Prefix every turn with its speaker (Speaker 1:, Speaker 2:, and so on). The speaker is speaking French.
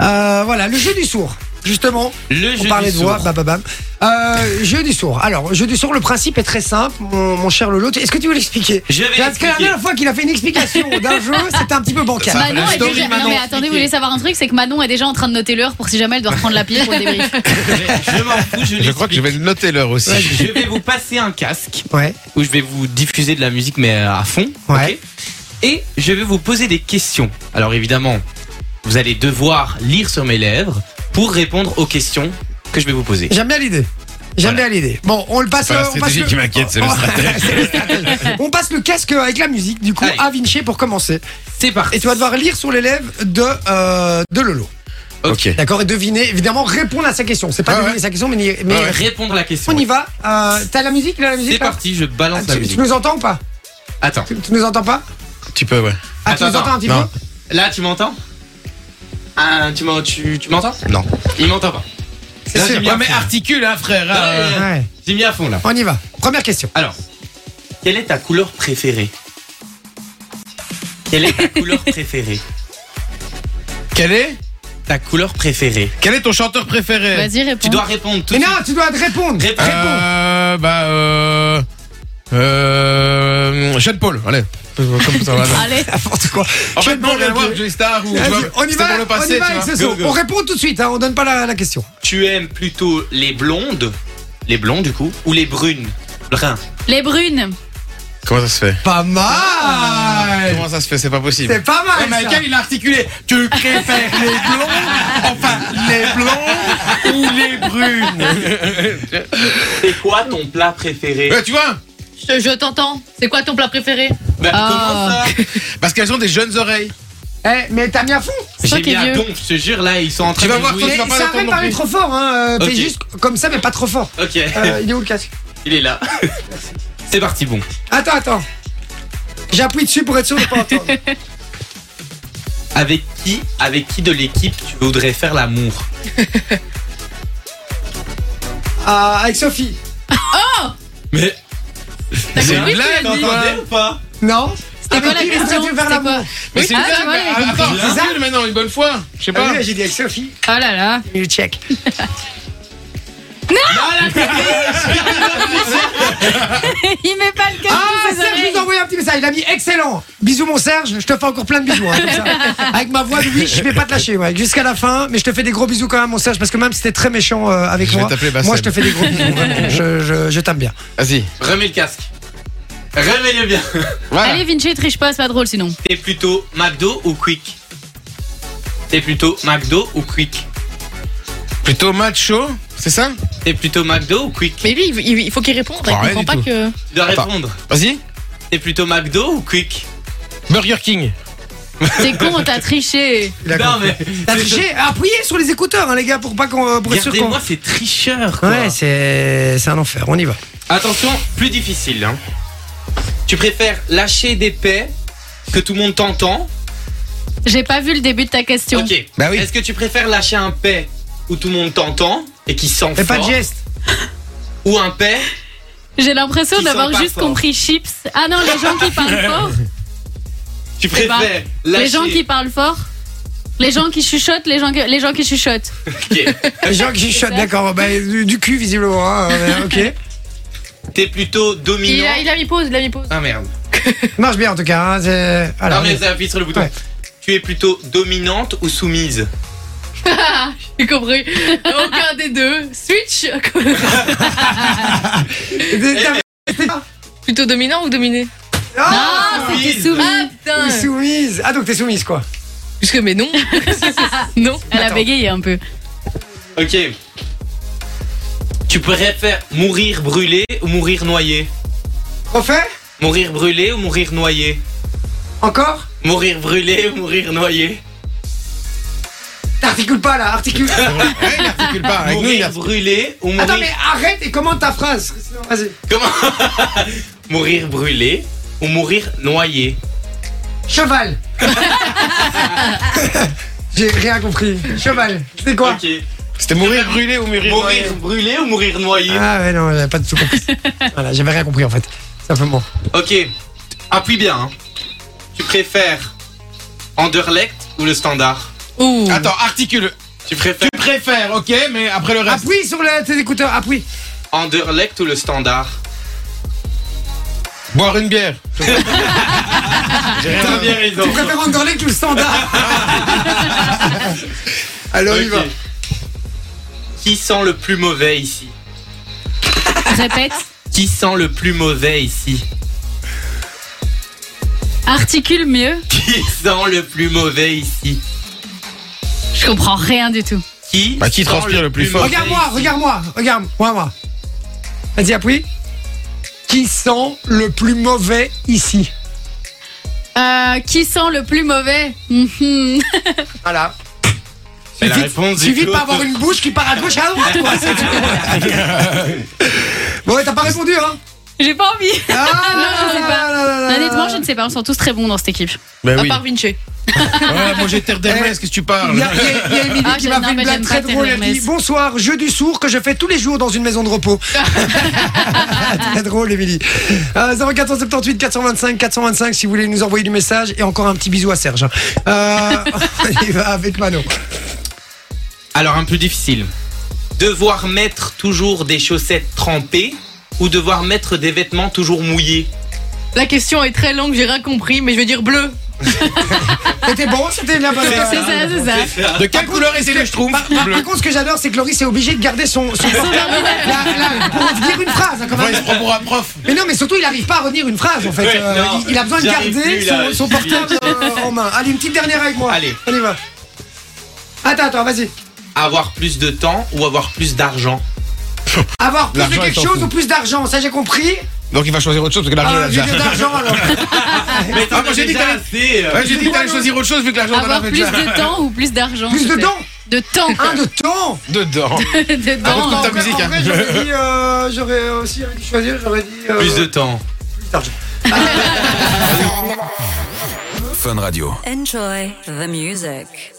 Speaker 1: Euh, voilà, le jeu du sourd. Justement,
Speaker 2: Le
Speaker 1: on
Speaker 2: jeu
Speaker 1: parlait
Speaker 2: du
Speaker 1: de voix,
Speaker 2: sourd.
Speaker 1: bah, bah, bam. Euh, jeu du sourd. Alors, jeu du sourd, le principe est très simple, mon, mon cher Lolo. tu- Est-ce que tu veux l'expliquer
Speaker 2: Je vais
Speaker 1: Parce que la
Speaker 2: l'expliquer.
Speaker 1: dernière fois qu'il a fait une explication d'un jeu, c'était un petit peu bancal.
Speaker 2: Ça-
Speaker 3: Manon
Speaker 2: la
Speaker 3: est
Speaker 2: story,
Speaker 3: déjà.
Speaker 2: Manon.
Speaker 3: Non, mais attendez, vous voulez savoir un truc C'est que Manon est déjà en train de noter l'heure pour si jamais elle doit reprendre la pile pour le débrief.
Speaker 2: Je m'en fous, je,
Speaker 4: Je crois que je vais le noter l'heure aussi.
Speaker 2: l'explique. Je vais vous passer un casque
Speaker 1: Ouais.
Speaker 2: où je vais vous diffuser de la musique, mais euh, à fond.
Speaker 1: Ouais.
Speaker 2: ok Et je vais vous poser des questions. Alors évidemment, vous allez devoir lire sur mes lèvres pour répondre aux questions que je vais vous poser.
Speaker 1: J'aime bien l'idée. J'aime bien l'idée. Bon, on le passe.
Speaker 4: C'est pas la
Speaker 1: euh, on passe
Speaker 4: stratégie qui m'inquiète, c'est le stratège.
Speaker 1: C'est le stratège. on passe le casque euh, avec la musique, du coup,
Speaker 2: Allez.
Speaker 1: à Vinci pour commencer.
Speaker 2: C'est parti.
Speaker 1: Et tu vas devoir lire sur l'élève de, euh, de Lolo.
Speaker 4: Ok.
Speaker 1: D'accord Et deviner, évidemment, répondre à sa question. C'est pas
Speaker 4: Ah
Speaker 1: deviner
Speaker 4: ouais.
Speaker 1: sa question, mais. mais
Speaker 2: Mais répondre à la question.
Speaker 1: On y va. Euh, T'as la musique là, la musique
Speaker 2: C'est
Speaker 1: là
Speaker 2: parti, je
Speaker 1: Ah,
Speaker 2: balance la
Speaker 1: tu, tu
Speaker 2: musique.
Speaker 1: nous entends ou pas
Speaker 2: Attends.
Speaker 1: tu, tu nous entends pas
Speaker 4: Un petit peu, ouais.
Speaker 1: Ah, tu
Speaker 2: Attends,
Speaker 1: nous entends un petit
Speaker 4: non.
Speaker 1: peu
Speaker 2: Là, tu m'entends Ah, tu m'en- tu- tu m'entends
Speaker 4: Non.
Speaker 2: Il m'entend pas.
Speaker 1: C'est
Speaker 2: Là,
Speaker 1: sûr.
Speaker 2: j'ai mis à fond.
Speaker 4: articule, hein, frère. hein.
Speaker 2: Ouais, ouais, ouais.
Speaker 1: Ouais.
Speaker 2: J'ai mis à fond là.
Speaker 1: On y va. Première question.
Speaker 2: Alors, quelle est ta couleur préférée Quelle est ta couleur préférée
Speaker 4: Quel est
Speaker 2: Ta couleur préférée
Speaker 4: Quel est ton chanteur préféré
Speaker 3: Vas-y, réponds.
Speaker 2: Tu dois répondre tout
Speaker 1: Mais
Speaker 2: de
Speaker 1: non,
Speaker 2: suite.
Speaker 1: tu dois te répondre.
Speaker 2: Réponds.
Speaker 4: Euh. Bah, euh. Euh. Sean Paul, allez. Comme ça, voilà.
Speaker 3: Allez,
Speaker 1: N'importe quoi.
Speaker 4: En
Speaker 1: Je
Speaker 4: fait,
Speaker 1: vais
Speaker 4: non, on
Speaker 1: demander
Speaker 4: vient de
Speaker 1: à
Speaker 4: voir
Speaker 1: Dieu.
Speaker 4: Joey Star ou.
Speaker 1: Vas-y, on y
Speaker 4: C'était
Speaker 1: va,
Speaker 4: pour le
Speaker 1: on y
Speaker 4: passé,
Speaker 1: va
Speaker 4: tu
Speaker 1: avec
Speaker 4: vois.
Speaker 1: ce son.
Speaker 2: Go, go.
Speaker 1: On répond tout de suite, hein, on donne pas la, la question.
Speaker 2: Tu aimes plutôt les blondes, les blonds du coup, ou les brunes Brun.
Speaker 3: les brunes.
Speaker 4: Comment ça se fait
Speaker 1: Pas mal
Speaker 4: Comment ça se fait C'est pas possible.
Speaker 1: C'est pas mal ça.
Speaker 4: Ah, il a articulé Tu préfères les blonds Enfin, les blonds ou les brunes
Speaker 2: C'est quoi ton plat préféré
Speaker 4: Ouais, Tu vois
Speaker 3: Je, te- je t'entends. C'est quoi ton plat préféré
Speaker 2: Bah,
Speaker 3: Ah.
Speaker 2: comment ça
Speaker 4: Parce qu'elles ont des jeunes oreilles.
Speaker 1: Eh, mais t'as mis à fond
Speaker 3: C'est toi
Speaker 2: J'ai
Speaker 3: qui
Speaker 2: mis
Speaker 3: es
Speaker 2: à
Speaker 3: vieux.
Speaker 2: donf, je te jure là, ils sont en train
Speaker 4: Tu vas
Speaker 2: de
Speaker 4: voir
Speaker 2: jouer.
Speaker 4: tu
Speaker 1: Mais
Speaker 4: vas pas
Speaker 1: ça
Speaker 4: l'entendre
Speaker 1: arrête de
Speaker 4: non
Speaker 1: parler
Speaker 4: plus.
Speaker 1: trop fort, hein. euh,
Speaker 2: Ok.
Speaker 1: T'es juste comme ça, mais pas trop fort.
Speaker 2: Ok,
Speaker 1: Euh, il est où le casque
Speaker 2: il est là. C'est parti, bon.
Speaker 1: Attends, attends. J'appuie dessus pour être sûr de pas entendre.
Speaker 2: Avec qui, avec qui de l'équipe tu voudrais faire l'amour
Speaker 1: Ah, avec Sophie.
Speaker 2: Mais.
Speaker 3: T'as
Speaker 2: C'est
Speaker 3: compris
Speaker 4: une
Speaker 3: ce
Speaker 4: blague,
Speaker 3: qu'il a dit
Speaker 2: T'entendais ou pas
Speaker 1: Non
Speaker 3: C'était quoi la
Speaker 1: Avec qui
Speaker 3: question
Speaker 1: voudrais-tu faire
Speaker 3: C'était
Speaker 1: l'amour
Speaker 3: quoi
Speaker 4: Mais
Speaker 3: Oui.
Speaker 4: c'est une
Speaker 3: Ah, tu
Speaker 4: blague,
Speaker 3: vois,
Speaker 4: mais-
Speaker 3: il a
Speaker 4: Attends,
Speaker 1: compris.
Speaker 4: c'est
Speaker 1: C'est ça
Speaker 4: nul maintenant, une bonne fois. Je sais pas.
Speaker 1: Ah oui, J'ai dit avec Sophie.
Speaker 3: Oh là là.
Speaker 1: Je check.
Speaker 3: Il met pas le cœur
Speaker 1: Ah,
Speaker 3: sous ses
Speaker 1: Serge nous a
Speaker 3: oreilles.
Speaker 1: envoyé un petit message. Il a mis excellent. Bisous, mon Serge. Je te fais encore plein de bisous. hein, comme ça. Avec ma voix de wish, je vais pas te lâcher. ouais, Jusqu'à la fin. Mais je te fais des gros bisous quand même, mon Serge. Parce que même si t'es très méchant euh, avec
Speaker 4: Je vais
Speaker 1: moi,
Speaker 4: t'appeler Bassem.
Speaker 1: moi, je te fais des gros bisous. vraiment. Je, je- je t'aime bien.
Speaker 4: Vas-y.
Speaker 2: Remets le casque. Remets-le bien.
Speaker 4: Voilà.
Speaker 3: Allez, Vinci, triche pas, c'est pas drôle sinon.
Speaker 2: T'es plutôt McDo ou Quick T'es plutôt McDo ou Quick
Speaker 4: Plutôt macho, c'est ça
Speaker 2: T'es plutôt McDo ou Quick
Speaker 5: Mais lui, il- il il faut qu'il réponde.
Speaker 2: Bah
Speaker 4: Ah,
Speaker 5: Il
Speaker 4: rien
Speaker 5: comprend
Speaker 4: du
Speaker 5: pas
Speaker 4: tout.
Speaker 5: que.
Speaker 2: Tu dois
Speaker 4: Attends.
Speaker 2: répondre.
Speaker 4: Vas-y.
Speaker 2: T'es plutôt McDo ou Quick
Speaker 4: Burger King.
Speaker 3: C'est con, t'as triché.
Speaker 1: Il a
Speaker 2: Non
Speaker 1: compris.
Speaker 2: mais.
Speaker 1: T'as triché Appuyez sur les écouteurs, hein, les gars, pour pas qu'on. Pour être sûr qu'on.
Speaker 2: Regardez-moi, c'est tricheur. quoi.
Speaker 1: Ouais, c'est c'est un enfer. On y va.
Speaker 2: Attention, plus difficile. hein. Tu préfères lâcher des paix que tout le monde t'entend
Speaker 3: J'ai pas vu le début de ta question.
Speaker 2: Ok.
Speaker 4: Bah oui.
Speaker 2: Est-ce que tu préfères lâcher un paix où tout le monde t'entend et qui sent
Speaker 1: Et
Speaker 2: fort
Speaker 1: pas de geste.
Speaker 2: ou un paix
Speaker 3: J'ai l'impression
Speaker 2: Qui
Speaker 3: d'avoir
Speaker 2: sent pas
Speaker 3: juste
Speaker 2: fort.
Speaker 3: compris chips. Ah non, les gens qui parlent fort.
Speaker 5: Eh
Speaker 2: Tu
Speaker 5: ben,
Speaker 3: sais pas.
Speaker 2: préfères lâcher
Speaker 3: Les gens qui parlent fort. Les gens qui chuchotent, les gens qui, les gens qui chuchotent.
Speaker 2: Ok.
Speaker 1: Les gens qui chuchotent, d'accord. Bah, du, du cul, visiblement. hein, ouais, ok.
Speaker 2: T'es plutôt
Speaker 5: Il
Speaker 2: dominant.
Speaker 5: a, il a mis pause, il a mis pause.
Speaker 2: Ah merde.
Speaker 1: Marche bien, en tout cas. hein, c'est- voilà,
Speaker 2: Ah
Speaker 1: on y
Speaker 2: mais
Speaker 1: va.
Speaker 2: ça appuie sur le bouton.
Speaker 1: Ouais.
Speaker 2: Tu es plutôt dominante ou soumise
Speaker 5: J'ai compris. Aucun des deux. Switch.
Speaker 4: Eh,
Speaker 5: Plutôt dominant ou dominé
Speaker 1: Ah,
Speaker 3: Ah, c'était
Speaker 2: oui.
Speaker 3: soumis.
Speaker 5: putain.
Speaker 1: soumise. Ah, donc t'es soumise, quoi.
Speaker 5: Puisque, mais non. non.
Speaker 3: Elle a
Speaker 1: Attends.
Speaker 3: bégayé un peu.
Speaker 2: Ok. Tu préfères mourir brûlé ou mourir noyé
Speaker 1: Refait
Speaker 2: Mourir brûlé ou mourir noyé
Speaker 1: Encore
Speaker 2: Mourir brûlé ou mourir noyé
Speaker 1: T'articules pas là, articule.
Speaker 4: Ouais, il articule pas. Ah, Avec nous, il
Speaker 2: Mourir
Speaker 4: articule.
Speaker 2: brûlé ou
Speaker 1: Attends,
Speaker 2: mourir...
Speaker 1: mais arrête et commente ta phrase. Sinon, Vas-y.
Speaker 2: Comment Mourir brûlé ou mourir noyé
Speaker 1: Cheval. J'ai rien compris. Cheval. C'est quoi
Speaker 2: Ok.
Speaker 4: C'était mourir brûlé ou mourir
Speaker 2: Mourir brûlé ou mourir noyé
Speaker 1: Ah ouais, non, j'avais pas du tout compris. voilà, j'avais rien compris en fait. Simplement.
Speaker 2: Ok. Appuie bien. hein. Tu préfères Anderlecht ou le Standard
Speaker 5: Ouh.
Speaker 3: Ah,
Speaker 4: Attends, articule.
Speaker 2: Tu préfères
Speaker 4: Tu préfères, ok, mais après le reste.
Speaker 1: Appuie sur les, tes écouteurs, appuie.
Speaker 2: Anderlecht ou le Standard
Speaker 4: Ah, Boire une bière.
Speaker 2: T'as bien raison.
Speaker 1: Tu préfères Anderlecht ou le standard
Speaker 4: Alors il
Speaker 2: Ok.
Speaker 4: va.
Speaker 2: Qui sent le plus mauvais ici
Speaker 3: Répète.
Speaker 2: Qui sent le plus mauvais ici
Speaker 3: Articule mieux.
Speaker 2: Qui sent le plus mauvais ici
Speaker 3: Je comprends rien du tout.
Speaker 2: Qui
Speaker 4: Bah, qui
Speaker 2: sent
Speaker 4: transpire le plus fort
Speaker 2: mauvais
Speaker 1: Regarde-moi,
Speaker 2: ici
Speaker 1: regarde-moi, regarde, moi, moi. Vas-y, appuie. Qui sent le plus mauvais ici
Speaker 3: Euh, qui sent le plus mauvais Mhm.
Speaker 1: Voilà.
Speaker 2: C'est la
Speaker 1: Suffit-
Speaker 2: réponse du
Speaker 1: Suffit de
Speaker 2: Claude.
Speaker 1: pas avoir une bouche qui part à gauche et à droite, quoi. c'est tout. Bon, t'as pas répondu, hein
Speaker 3: J'ai pas envie.
Speaker 1: Ah,
Speaker 3: non, je sais pas.
Speaker 1: là, là, là, là.
Speaker 3: Honnêtement, je ne sais pas. On sont tous très bons dans cette équipe.
Speaker 4: Ben
Speaker 5: À
Speaker 4: oui.
Speaker 5: part Vinci.
Speaker 4: Ouais, moi j'ai Terre d'Hermès, qu'est-ce que tu
Speaker 1: Il y
Speaker 4: parles
Speaker 1: a, il y a- il y a Émilie
Speaker 3: Ah,
Speaker 1: qui
Speaker 3: j'aime-
Speaker 1: m'a
Speaker 3: non,
Speaker 1: fait une
Speaker 3: mais
Speaker 1: blague
Speaker 3: j'aime
Speaker 1: très
Speaker 3: pas
Speaker 1: drôle. Elle dit
Speaker 3: Hermès.
Speaker 1: Bonsoir, jeu du sourd que je fais tous les jours dans une maison de repos. très drôle, Émilie. Euh, 0478 425 425 si vous voulez nous envoyer du message. Et encore un petit bisou à Serge. Euh, il va avec Mano.
Speaker 2: Alors un peu difficile. Devoir mettre toujours des chaussettes trempées ou devoir mettre des vêtements toujours mouillés
Speaker 5: La question est très longue, j'ai rien compris, mais je vais dire bleu.
Speaker 1: C'était bon, c'était la bonne.
Speaker 5: Ah,
Speaker 3: C'est ça,
Speaker 4: Bah.
Speaker 3: c'est ça.
Speaker 4: De quelle couleur est-ce que je trouve
Speaker 1: Par, par contre, ce que j'adore, c'est que Loris est obligé de garder son. son la- la- pour dire une phrase, hein, quand
Speaker 4: Ouais, il se
Speaker 1: même.
Speaker 4: prend pour un prof.
Speaker 1: Mais non, mais surtout, il n'arrive pas à retenir une phrase, en fait.
Speaker 2: Ouais,
Speaker 1: Euh,
Speaker 2: non,
Speaker 1: il, il a besoin de
Speaker 2: j'y arrive
Speaker 1: garder
Speaker 2: plus, là,
Speaker 1: son, son
Speaker 2: j'y
Speaker 1: portable euh, en main. Allez, une petite dernière avec moi.
Speaker 2: Allez.
Speaker 1: on y va. Attends, attends, vas-y.
Speaker 2: Avoir plus de temps ou avoir plus d'argent
Speaker 1: Avoir plus de
Speaker 4: L'argent, il
Speaker 1: quelque
Speaker 4: s'en
Speaker 1: chose
Speaker 4: fout.
Speaker 1: ou plus d'argent, ça j'ai compris.
Speaker 4: Donc il va choisir autre chose parce que
Speaker 1: Ah,
Speaker 4: l'argent il
Speaker 1: j'ai
Speaker 4: l'a
Speaker 1: de
Speaker 4: déjà.
Speaker 1: l'argent alors.
Speaker 2: Mais
Speaker 4: t'en as déjà
Speaker 2: euh,
Speaker 4: Ouais, j'ai dit que t'allais choisir autre chose vu que l'argent t'en
Speaker 3: Avoir
Speaker 4: avait
Speaker 3: plus
Speaker 4: déjà.
Speaker 3: de temps ou plus d'argent
Speaker 1: Plus de
Speaker 3: peut-être.
Speaker 1: dents
Speaker 3: De temps. Hein,
Speaker 1: Un de temps
Speaker 4: Dedans.
Speaker 3: de
Speaker 4: Ah, parce
Speaker 3: temps.
Speaker 4: que t'as-
Speaker 1: En vrai,
Speaker 4: musique,
Speaker 1: en
Speaker 4: hein.
Speaker 1: vrai, J'aurais dit, euh, j'aurais aussi dû choisir, j'aurais dit. euh,
Speaker 2: Plus de temps.
Speaker 1: plus d'argent.
Speaker 6: Enjoy the music.